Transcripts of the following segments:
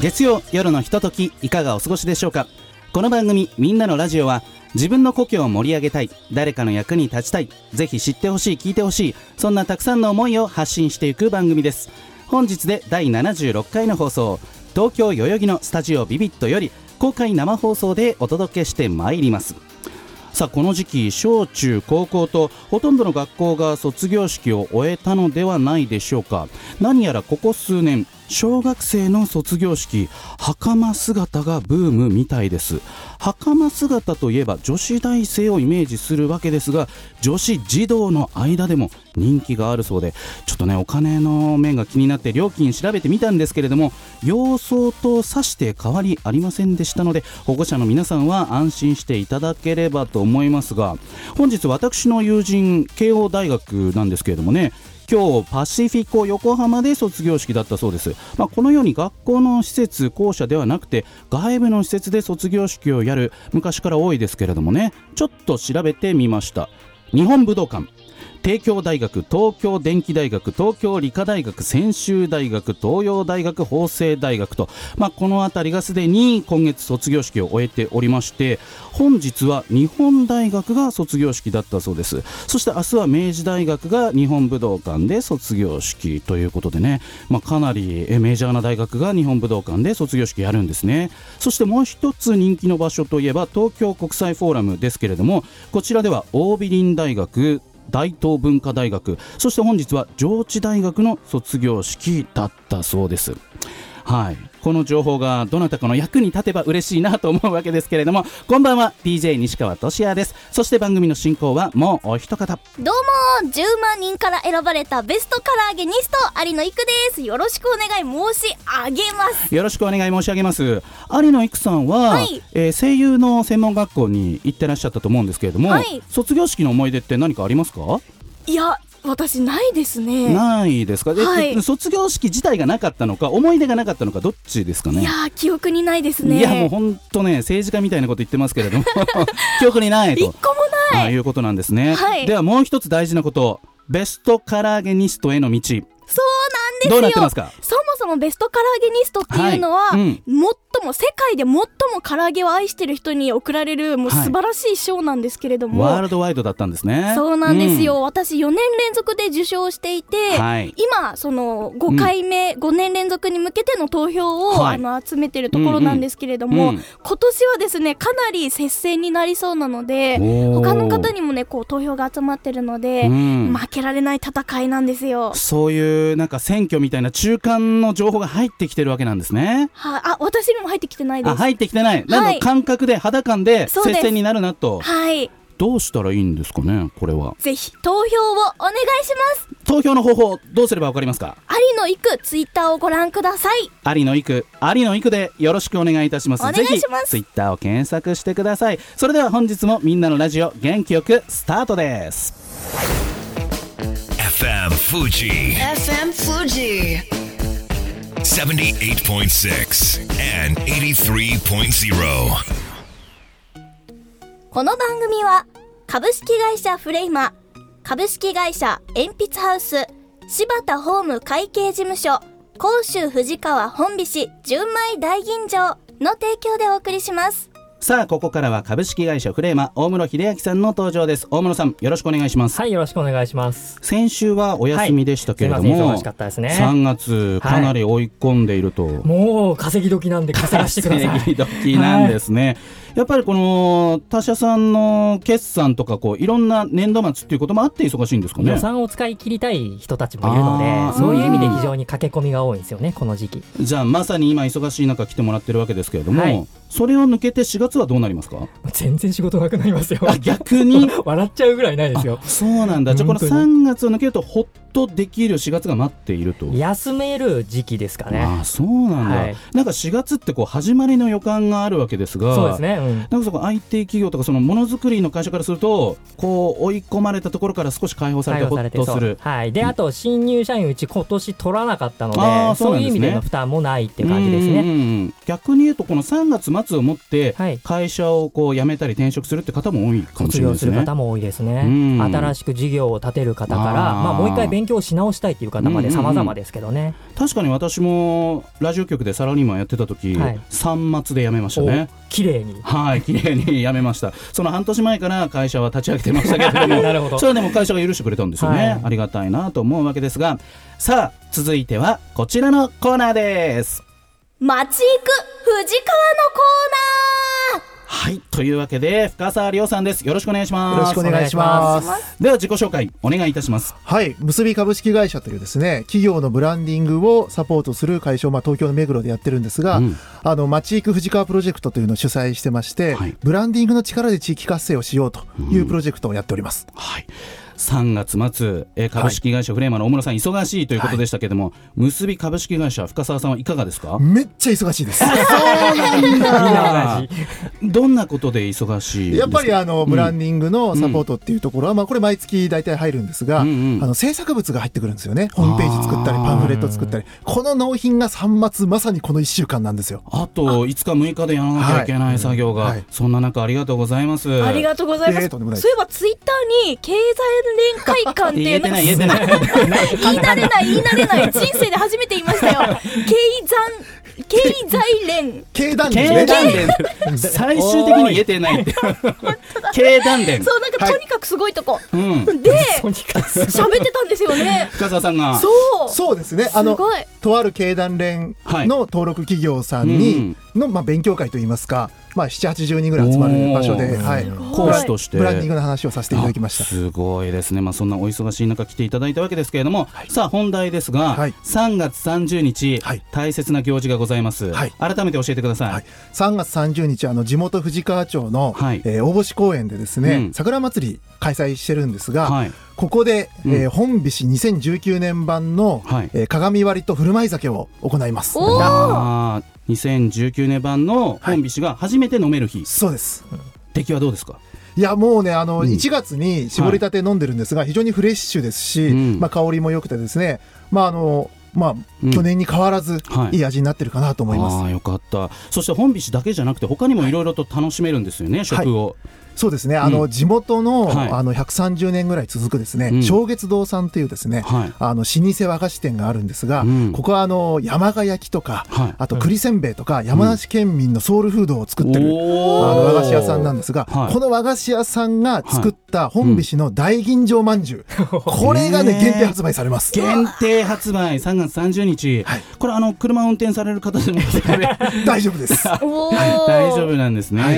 月曜夜のひとときいかがお過ごしでしょうかこの番組「みんなのラジオは」自分の故郷を盛り上げたい誰かの役に立ちたいぜひ知ってほしい聞いてほしいそんなたくさんの思いを発信していく番組です本日で第76回の放送東京代々木のスタジオビビットより公開生放送でお届けしてまいりますさあこの時期小中高校とほとんどの学校が卒業式を終えたのではないでしょうか何やらここ数年小学生の卒業式袴姿がブームみたいです袴姿といえば女子大生をイメージするわけですが女子児童の間でも人気があるそうでちょっとねお金の面が気になって料金調べてみたんですけれども様相とさして変わりありませんでしたので保護者の皆さんは安心していただければと思いますが本日私の友人慶応大学なんですけれどもね今日パシフィコ横浜で卒業式だったそうです、まあ、このように学校の施設校舎ではなくて外部の施設で卒業式をやる昔から多いですけれどもねちょっと調べてみました日本武道館帝京大学東京電機大学東京理科大学専修大学東洋大学法政大学と、まあ、この辺りがすでに今月卒業式を終えておりまして本日は日本大学が卒業式だったそうですそして明日は明治大学が日本武道館で卒業式ということでね、まあ、かなりえメジャーな大学が日本武道館で卒業式やるんですねそしてもう一つ人気の場所といえば東京国際フォーラムですけれどもこちらでは桜美林大学大東文化大学そして本日は上智大学の卒業式だったそうです。はいこの情報がどなたかの役に立てば嬉しいなと思うわけですけれどもこんばんは DJ 西川俊也ですそして番組の進行はもうお一方どうも10万人から選ばれたベストカラーゲニスト有野育ですよろしくお願い申し上げますよろしくお願い申し上げます有野育さんは、はいえー声優の専門学校に行ってらっしゃったと思うんですけれども、はい卒業式の思い出って何かありますかいや私ないですねないですか、ではいえ卒業式自体がなかったのか思い出がなかったのかどっちですかねいやー記憶にないですねいやもう本当ね政治家みたいなこと言ってますけれ ども記憶にない一と個もあなあいいうことなんですね、はいではもう一つ大事なことベストカラーゲニストへの道そうなんですよどうなってますかそもそもベストカラーゲニストっていうのは、はいうん最も世界で最も唐揚げを愛してる人に贈られるもうはい素晴らしい賞なんですけれども、ワールドワイドだったんですねそうなんですよ、私4年連続で受賞していて、はい今その5回目、5年連続に向けての投票を、はいあの集めてるところなんですけれどうんも、うんうん今年はですねかなり接戦になりそうなのでおー他の方にもねこう投票が集まってるので、うん負けられない戦いなんですよ。そういうなんか選挙みたいな中間の情報が入ってきてるわけなんですねはい、あ私にも入ってきてないであす。は入い、ってきてない、なんか感覚で肌感でそうで接す戦になるなとどうしたらいいんですかねこれはぜひ投票をお願いします。投票の方法どうすればわかりますか有野いくツイッターをご覧ください。有野育有野育でよろしくお願いいたしますお願いしますぜひツイッターを検索してくださいそれでは本日もみんなのラジオ元気よくスタートです FM Fuji FM Fuji. 78.6 and 83.0. この番組は株式会社フレイマ株式会社鉛筆ハウス柴田ホーム会計事務所甲州藤川本美市純米大吟醸の提供でお送りしますさあここからは株式会社フレーマ大室秀明さんの登場です大室さんよろしくお願いします、はい、よろしくお願いします。先週はお休みでしたけれどはいすいまも、せん忙しかったですね3月かなり追い込んでいると、もう稼ぎ時なんで稼がしてく ださ正義い。時なんですね、やっぱりこの他社さんの決算とかこういろんな年度末っていうこともあって忙しいんですかね予算を使い切りたい人たちもいるのあーで、そういう意味で非常に駆け込みが多いんですよね、この時期。じゃあまさに今忙しい中来てもらってるわけですけれども、はいそれを抜けて4月はどうなりますか全然仕事なくな りますよ。あ逆に笑っちゃうぐらいないですよ。そうなんだじゃあこの本当3月を抜けるとほっとできる4月が待っていると。休める時期ですかねああそうなんだ、はいなんか4月ってこう始まりの予感があるわけですがそうですね、うんなんかそこ IT 企業とかそのものづくりの会社からするとこう追い込まれたところから少し解放されて対応ほさっれてとするそうはい、であと新入社員うち今年取らなかったのであーそうそうなんいでうすね意味での負担もないっていう感じですうんね。うんうん逆に言うとこの3月末をもってはい会社をこう辞めたり転職するって方も多いかもし卒れない業ですするね。方も多いですねうん新しく事業を立てる方からあーまあ、もう一回勉強し直したいっていう方まで様々ですけどね、確かに私もラジオ局でサラリーマンやってた時、はい3末で辞めましたね。お綺麗にはい綺麗に辞めましたその半年前から会社は立ち上げてましたけれどもなるほどそれでも会社が許してくれたんですよね、はいありがたいなと思うわけですがさあ続いてはこちらのコーナーです街行く藤川のコーナーはいというわけで深澤亮さんですよろしくお願いしますよろしくお願いします。では自己紹介お願いいたしますはい、結び株式会社というですね、企業のブランディングをサポートする会社を、まあ、東京の目黒でやってるんですが、うんあの、街行く藤川プロジェクトというのを主催してまして、はいブランディングの力で地域活性をしようというプロジェクトをやっております。はい3月末えー株式会社フレーマの大村さん忙しいということでしたけれども、結び株式会社深澤さんはいかがですかめっちゃ忙し いです。そうなんだ。あーどんなことで忙しいです やかっぱりあのブランディングのサポートっていうところは、まあ、これ毎月大体入るんですが、うんうんあの制作物が入ってくるんですよねホームページ作ったりあーパンフレット作ったりこの納品が3末まさにこの1週間なんですよ。あと5日6日でやらなきゃいけない作業が、はいそんな中ありがとうございます。ありがとうございまえす。ーとんでもないですそういえばツイッターに経済連会館っ て言いえうてない言言えてない。い慣れない 言い慣れない人生で初めて言いました よ。経済経済連経団経連ね団 連 最終的に言えてないって。経団連。そうなんかはいとにかくすごいとこ、うん。 でとにかく喋ってたんですよね。深澤さんが。そうそうですねすあのごいとある経団連はいの登録企業さんうにんの、まあ、勉強会といいますか、まあ、780人ぐらい集まる場所おで、ーはい、講師として。ブランディングの話をさせていただきまあしすごいですね、まあ、そんなお忙しい中来ていただいたわけですけれども、さあ本題ですが、はい3月30日、はい大切な行事がございます、はい改めて教えてください、た、はい、3月30日あの地元藤川町の、はいえー大星公園でですね、うん桜祭り開催してるんですが、はいここで、うんえー本菱2019年版の、はいえー鏡割りと振る舞い酒を行います。おーあー2019年版の本菱が初めて飲める日、そうです出来はどうですかいやもうねあの、うん1月に絞りたて飲んでるんですが、非常にフレッシュですし、うんまあ、香りも良くてですね、まああのまあうん去年に変わらずはいいい味になってるかなと思います、ああよかったそして本菱だけじゃなくて他にもいろいろと楽しめるんですよね、食をそうですねあの、う地元の,、はいあの130年ぐらい続くですね、うん松月堂さんというですね、はいあの老舗和菓子店があるんですが、うんここはあの山鹿焼きとか、はいあと栗せんべいとか、山梨県民のソウルフードを作ってる、あの和菓子屋さんなんですが、はいこの和菓子屋さんが作った本菱の大吟醸まんじゅう、これがへねー限定発売されます限定発売3月30日、はいこれあの車運転される方でも 大丈夫ですお 大丈ー夫なんですね、はい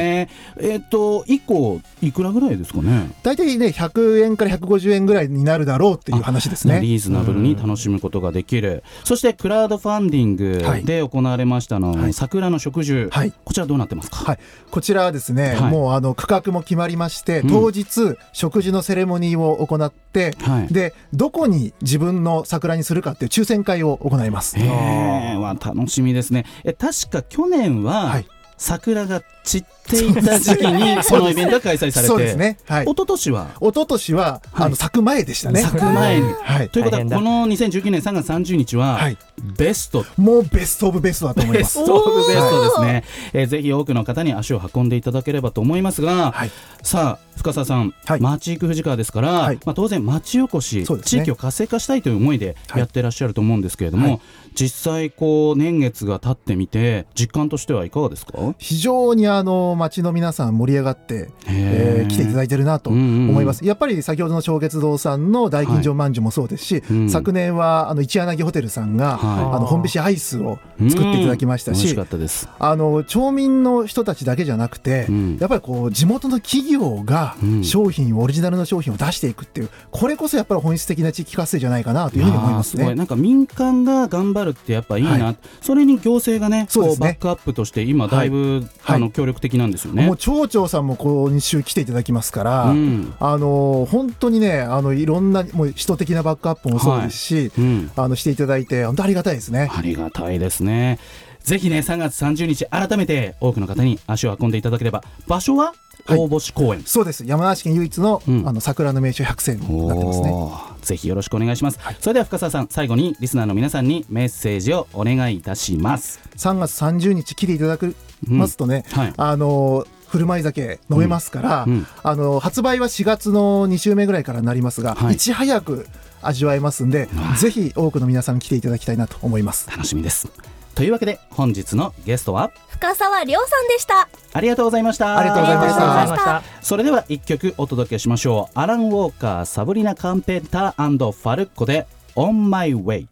えっ、と1個いくらぐらいですかね大体ね100円から150円ぐらいになるだろうっていう話ですねリーズナブルに楽しむことができるそしてクラウドファンディンはグいで行われましたの、はい桜の植樹、はいこちらどうなってますか、はい、こちらはですね、はいもうあの区画も決まりまして、ん当日食事のセレモニーを行って、はいでどこに自分の桜にするかっていう抽選会を行います。えー、わ楽しみですねえ確か去年は、はい桜が散っていた時期 にそのイベントが開催されてそうですね。はい。一昨年は一昨年は、はいあの咲く前でしたね。咲く前にはい。ということは大変だこの2019年3月30日は、はいベストもうベストオブベストだと思いベます。ストオブベストですね、えーぜひ多くの方に足を運んでいただければと思いますが、はい。さあ深澤さん、はい町行く藤川ですから、はいまあ、当然町おこし、そうです地ね域を活性化したいという思いではいやってらっしゃると思うんですけれども、はい実際こう年月が経ってみて実感としてはいかがですか非常にあの町の皆さん盛り上がって、えー来ていただいていてるなとうんうんうん思います、やっぱり先ほどの松月堂さんの大吟醸まんじゅうもそうですし、うん昨年はあの一柳ホテルさんが、はいあの本菱アイスを作っていただきました美味し、しかったですあの町民の人たちだけじゃなくて、うんやっぱりこう地元の企業がからうん商品、オリジナルの商品を出していくっていうこれこそやっぱり本質的な地域活性じゃないかなというふうに思いあーますすね。ごいなんか民間が頑張るってやっぱいいな、はそれに行政がねそうこでうすねバックアップとして今だいぶ、はあいの協力的なんですよね。もう町長さんも今週来ていただきますから、うんあの本当にねあのいろんなもう人的なバックアップもそうですし、うんあのしていただいて本当ありがたいですね。ありがたいですね。ぜひね、3月30日、改めて多くの方に足を運んでいただければ、場所ははい大星公園。そうです山梨県唯一の,、うんあの桜の名所100選になってますね。おーぜひよろしくお願いします、それでは深澤さん最後にリスナーの皆さんにメッセージをお願いいたします3月30日来ていただきますとね、はいあの振る舞い酒飲めますから、うんうんあの発売は4月の2週目ぐらいからになりますが、はいいち早く味わえますんで、ぜひ多くの皆さん来ていただきたいなと思います。楽しみですというわけで本日のゲストは深沢亮さんでしたありがとうございましたありがとうございましたありがとうございました。それでは一曲お届けしましょうアラン・ウォーカーサブリナ・カンペンターファルッコで「On My Way」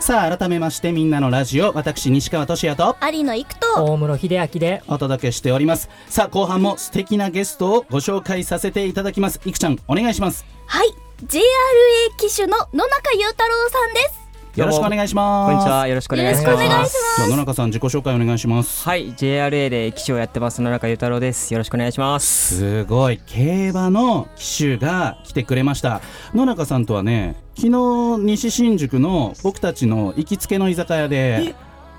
さあ改めましてみんなのラジオ私西川俊也と有野行くと大室秀明でお届けしておりますさあ後半も素敵なゲストをご紹介させていただきますいくちゃんお願いしますはい JRA 機種の野中裕太郎さんですよろしくお願いしますこんにちは、よろしくお願いしよろしくお願まいしす。じゃあ野中さん自己紹介お願いしますはい、JRA で騎手をやってます野中裕太郎です。よろしくお願いします。すごい競馬の騎手が来てくれました野中さんとはね昨日西新宿の僕たちの行きつけの居酒屋で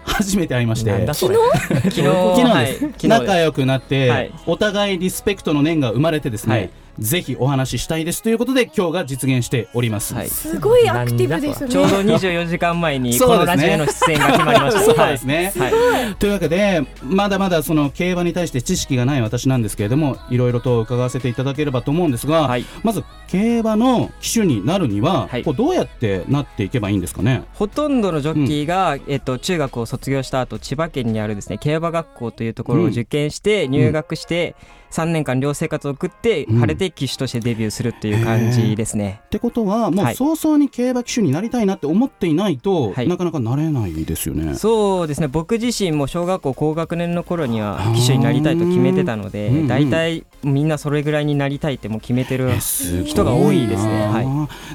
初めて会いましてなんだそれ昨日、昨日はでい、す、昨日仲です良くなって、はいお互いリスペクトの念が生まれてですね、はいぜひお話ししたいですということで今日が実現しております、はいすごいアクティブですねちょうど24時間前にそうこですねのラジオへの出演が決まりました。そうですねはい。はいというわけでまだまだその競馬に対して知識がない私なんですけれどもいろいろと伺わせていただければと思うんですが、はいまず競馬の騎手になるには、はいこうどうやってなっていけばいいんですかねほとんどのジョッキーが、えっと、中学を卒業した後、千葉県にあるですね、競馬学校というところを受験して、入学して、3年間寮生活を送って、うん晴れて騎手としてデビューするっていう感じですね。ってことはもはうい早々に競馬騎手になりたいなって思っていないと、はいなかなかなれないですよね。そうですね僕自身も小学校高学年の頃には騎手になりたいと決めてたのあーうんうでん大体みんなそれぐらいになりたいってもう決めてるえすごい人が多いですねなは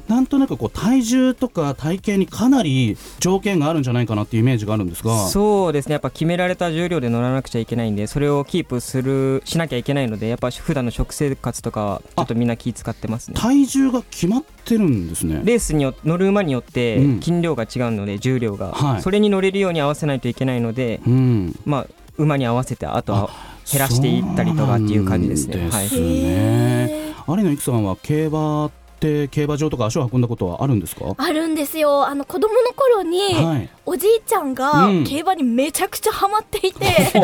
いなんとなくこう体重とか体型にかなり条件があるんじゃないかなっていうイメージがあるんですがそうですねやっぱ決められた重量で乗らなくちゃいけないんでそれをキープするしなきゃいけないのでやっぱ普段の食生活とかはちょっとみんな気使ってますね体重が決まってるんですね。レースによ乗る馬によってうん筋量が違うので重量が、はいそれに乗れるように合わせないといけないのでうんまあ馬に合わせてあとは減らしていったりとかっていう感じですねそうなんはいですね。有野育さんは競馬って競馬場とか足を運んだことはあるんですか？はあるんですよあの子供の頃に、い。おじいちゃんがうん競馬にめちゃくちゃハマってい て、そ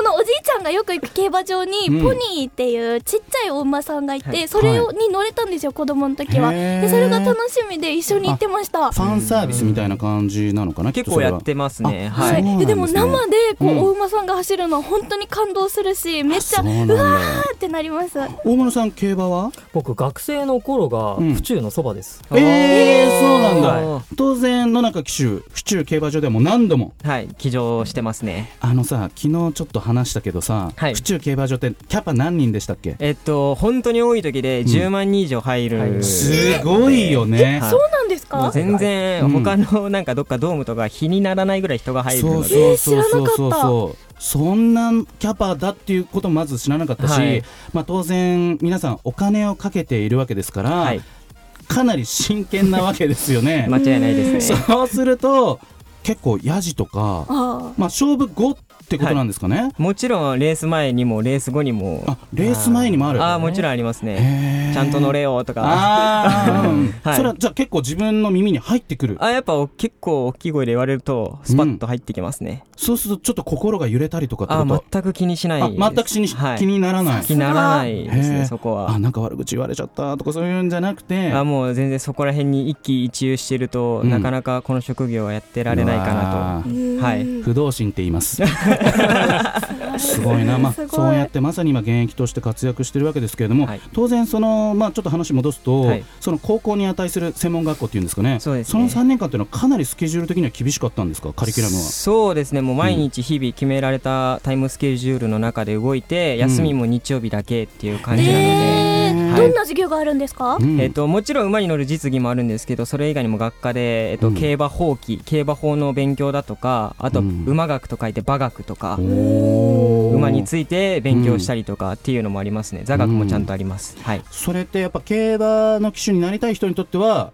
のおじいちゃんがよく行く競馬場にうんポニーっていうちっちゃいお馬さんがいて、はいそれをに乗れたんですよ子供の時はへーでそれが楽しみで一緒に行ってましたファンサービスみたいな感じなのかな？結構やってまますねあはそいうなんででですねも生でこう、うんお馬さんが走るのは本当に感動するしめっちゃそううなんだわーってなります大物さん競馬は？僕学生の頃がうん府中のそばです。ええそうなんはだ。当然野中騎手府中競馬場でも何度も。いはい騎乗してますねあのさ昨日ちょっと話したけどさ、はい府中競馬場ってキャパ何人でしたっけ？えっと本当に多い時で10万人以上入る、はいすごいよね。はいそうなんですもかう全う然ん他のなんかどっかドームとか日にならないぐらい人が入るのそうでそうそうそうえーそう知らなそうそんなキャパだっていうこともまず知らなかったし、はいまあ、当然皆さんお金をかけているわけですから、はいかなり真剣なわけですよ ね。間違いないですねそうすると結構ヤジとか、あまあ、勝負後ってことなんですかね、もちろんレース前にもレース後にもあレース前にもあるあもちろんありますねへーちゃんと乗れよとかあー、うん はいそれはじゃあ結構自分の耳に入ってくるあやっぱお結構大きい声で言われるとスパッと入ってきますね、そうするとちょっと心が揺れたりとかってこあと全く気にしないですあ全く気に,、はい気にならない気にならないですへねーそこはあなんか悪口言われちゃったとかそういうんじゃなくてあもう全然そこら辺に一喜一憂してると、うんなかなかこの職業はやってられないかなとーはい 不動心って言いますすごいな、まあ、すごいそうやってまさに今現役として活躍してるわけですけれども、はい当然その、まあ、ちょっと話戻すと、はいその高校に値する専門学校っていうんですかねそうですねの3年間っていうのはかなりスケジュール的には厳しかったんですかカリキュラムは。そうですねもう毎日日々決められたタイムスケジュールの中で動いて、休みも日曜日だけっていう感じなので、えーはいどんな授業があるんですか、うんえっともちろん馬に乗る実技もあるんですけどそれ以外にも学科で、えっとうん競馬法規競馬法の勉強だとかあと、うん馬学と書いて馬学とか、おー馬について勉強したりとかっていうのもありますね、座学もちゃんとあります、はい、それってやっぱ競馬の騎手になりたい人にとっては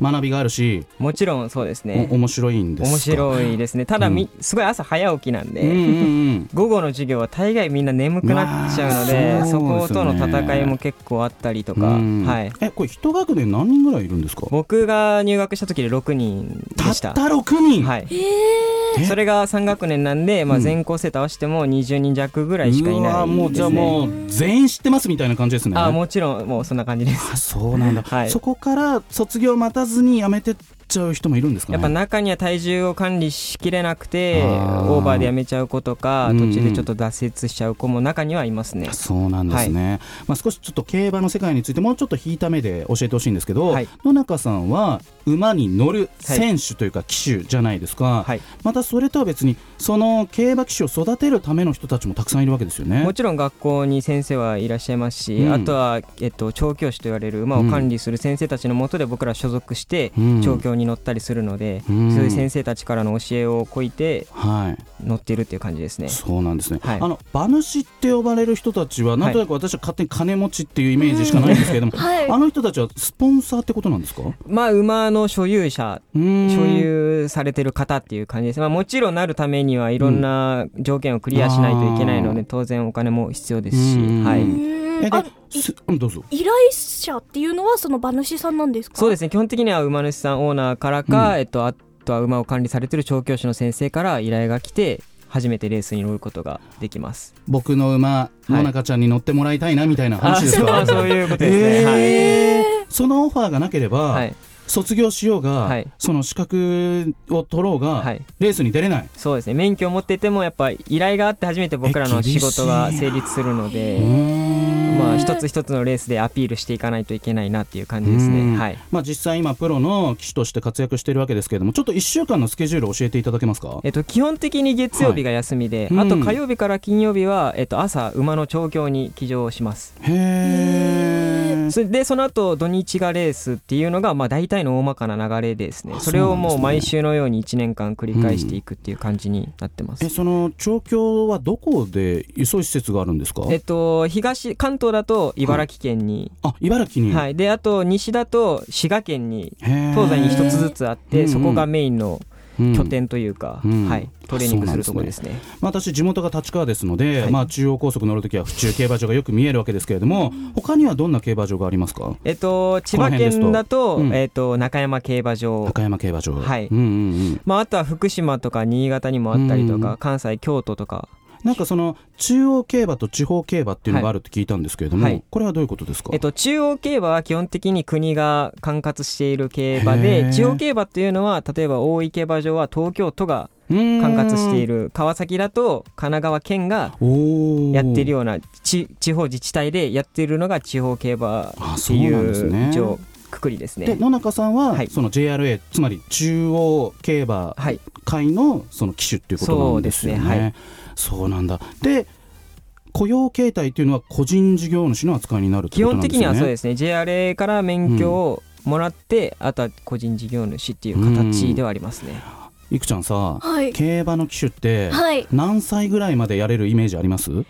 学びがあるし、もちろんそうですねお面白いんですか面白いですねただ、みすごい朝早起きなんで、うんうん午後の授業は大概みんな眠くなっちゃうので,、まあそそうでこすよとのね戦いも結構あったりうとか、ん、はい、えこれ一学年何人ぐらいいるんですか僕が入学した時で6人たでっしたた6人、はいえそれが3学年なんで、うまあ、ん全校生と合わせても20人弱ぐらいしかいうなわいもうでじゃすあね。もう全員知ってますみたいな感じですねあもちろんもうそんな感じです。あそうなんだ、はいそこから卒業待たずに辞めてっちゃう人もいるんですかねやっぱ中には体重を管理しきれなくてあーオーバーでやめちゃう子とかうんうん途中でちょっと挫折しちゃう子も中にはいますねあ。そうなんですね、まあ、少しちょっと競馬の世界についてもうちょっと引いた目で教えてほしいんですけど、はい野中さんは馬に乗るはい選手というか騎手じゃないですか、はい、またそれとは別にその競馬騎手を育てるための人たちもたくさんいるわけですよねも。ちろん学校に先生はいらっしゃいますし、うんあとは、えっと、調教師と言われる馬を管理する先生たちのもとで僕ら所属してうん調教に乗ったりするので、うんそういう先生たちからの教えをこいてはい、乗っているっていう感じですね。そうなんですね、はいあの馬主って呼ばれる人たちはなんとなく私は勝手に金持ちっていうイメージしかないんですけ れども、はいあの人たちはスポンサーってことなんですかまあ馬の所有者所所有されてる方っていう感じです、まあ、もちろんなるためにはいろんな条件をクリアしないといけないので、うん当然お金も必要ですうし、んはうい、うーんえあですうんどうぞ依頼者っていうのはその馬主さんなんですかそうですすね基本的には馬主さんオーナーからか、うんえっと、あとは馬を管理されてる調教師の先生から依頼が来て初めてレースに乗ることができます僕の馬野中ちゃんに乗ってもらいたいなみたいな話ですか、あ そうそういうことですね、えーそのオファーがなければ、はい、はい、卒業しようが、はいその資格を取ろうが、はいレースに出れない。そうですね免許を持っててもやっぱ依頼があって初めて僕らの仕事が成立するのでうーんまあ、一つ一つのレースでアピールしていかないといけないなっていう感じですね。はい、まあ、実際今プロの騎手として活躍しているわけですけれどもちょっと1週間のスケジュールを教えていただけますかえっと、基本的に月曜日が休みで、はいあとうん火曜日から金曜日は、えっと、朝馬の調教に騎乗しますへえそれでその後土日がレースっていうのが、まあ、大体の大まかな流れですねあそれをもそううなんで毎す週のように1年間繰り返していくっていう感じになってます、えその調教はどこで輸送施設があるんですかえっと、東関東だと茨城県に、あ茨城に、はいであと西だと滋賀県にへー東西に一つずつあって、うんそこがメインのうん拠点というか、うんはい、トレーニングするところですね。まあ私地元が立川ですので、はいまあ、中央高速乗るときは府中競馬場がよく見えるわけですけれども他にはどんな競馬場がありますかえっと、千葉県こだと、の辺ですとうんえっと、中山競馬場。高山競馬場はいうんうんうん、まあ、あとは福島とか新潟にもあったりとうかん、関西、京都とか。なんかその中央競馬と地方競馬っていうのがあるって聞いたんですけれども、はいこれはどういうことですか、えっと、中央競馬は基本的に国が管轄している競馬へーで、地方競馬っていうのは、例えば大井競馬場は東京都が管轄しているる、川崎だと神奈川県がおーやってるような、ち地方自治体でやってるのが地方競馬あっそてういなんですねう、一応、くくりですでね。野中さんは、はいその JRA つまり中央競馬はい。会のその機種っていうことなんですよね。そそううですねはなんだ。で雇用形態っていうのは個人事業主の扱いになるって基ことな本んです的よね。にはそうですね JRA から免許をもらって、あとは個人事業主っていう形ではありますね、いくちゃんさ、はい競馬の機種ってはい何歳ぐらいまでやれるイメージあります？えー、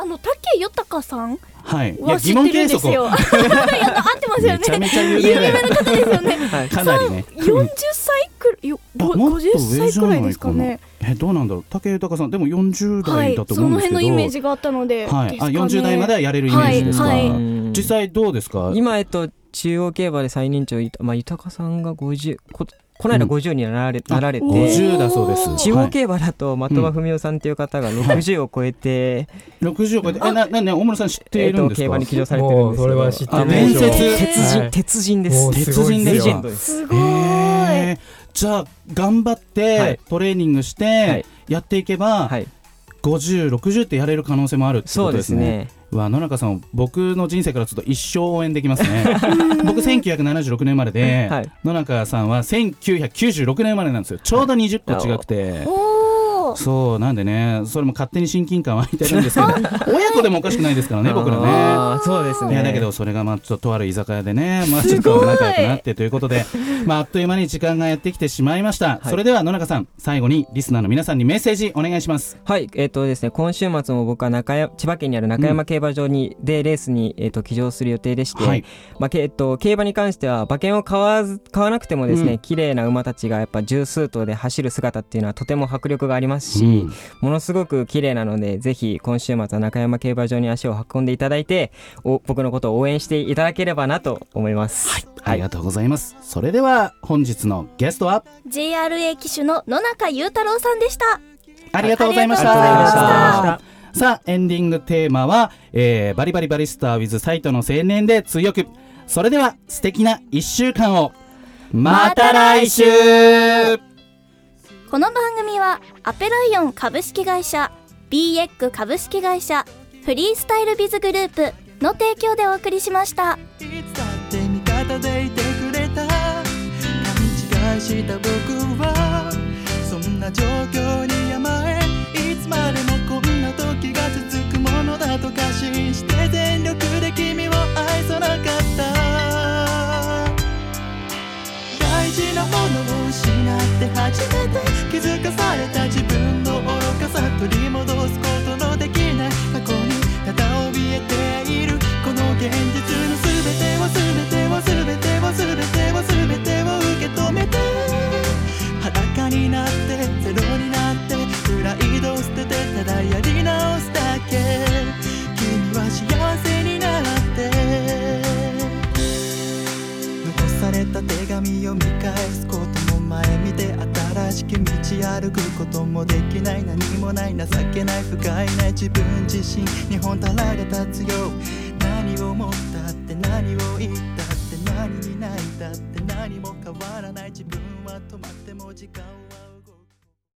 あの武豊さんはい。いは知ってるん ですよやっと合ってますよめねちゃめちゃ有有名名だよ。な方ですよ ねはい、かなりね。 40歳くらいよごもっと50上歳じゃくないらいかなですかねえどうなんだろう。竹豊さんでも40はい代だと思うんですけど。その辺のイメージがあったのではいであすかね40代まではやれるイメージですか。はいはいうん実際どうですか？今えっと中央競馬で最年長ゆたまあ豊さんが50ここの間うん50になられ,、なられおーて50だそうです。地は方い競馬だと的場文雄さんっていう方が60を超え て、六十超えて、え、な、な、な、大村さん知ってえいっるんとです競か。馬に騎乗されてるんもですけどうそれは知ってるでしょうあ鉄伝説鉄人人、鉄人でもすう鉄すごい人でレすジよェンドですすごーいへーじゃあ頑張って、はいトレーニングして、はいやっていけば、はい5060ってやれる可能性もあるってこそとうでですすねねうわ野中さん僕の人生からちょっと一生応援できます ね僕1976年生まれで、はい野中さんは1996年生まれなんですよちょうど20個違くておーそうなんでねそれも勝手に親近感湧いてるんですけ ど親子でもおかしくないですからね僕らねあーそうですねいやだけどそれがまあちょっととある居酒屋でね、まあ、ちょっと仲良くなってということで、まあ、あっという間に時間がやってきてしまいました、はいそれでは野中さん最後にリスナーの皆さんにメッセージお願いしますはい、えっ、とですね、今週末も僕は中山千葉県にある中山競馬場に、でレースに、えっと騎乗する予定でして、はいまあけえっと競馬に関しては馬券を買わず買わなくてもですね、うん綺麗な馬たちがやっぱ十数頭で走る姿っていうのはとても迫力がありますし、うんものすごく綺麗なので、ぜひ今週末は中山競馬場に足を運んでいただいて、お僕のことを応援していただければなと思います。はい、ありがとうございますそれでは本日のゲストは JRA 騎手の野中裕太郎さんでしたありがとうございましたありがとうございましたさあエンディングテーマは、えーバリバリバリスター with サイトの青年で通訳それでは素敵な1週間をまた来週この番組はアペライオン株式会社 b エッグ株式会社フリースタイルビズグループの提供でお送りしました。いつだって味方でいてくれた勘違いした僕はそんな状況に甘えいつまでもこんな時が続くものだと過信して全力で君を愛さなかった大事なものを失って初めて気づかされた自分の愚かさ取り戻すことのできない過去にただ怯えているこの現実の全てを全てを全てを全てを全てを受け止めて裸になってゼロになってプライドを捨ててただやり直すだけ君は幸せになって残された手紙を見返すことも前見て新しき道歩くこともできない何もない情けない不甲斐ない自分自身日本たられた強何を思ったって何を言ったって何に泣いたって何も変わらない自分は止まっても時間は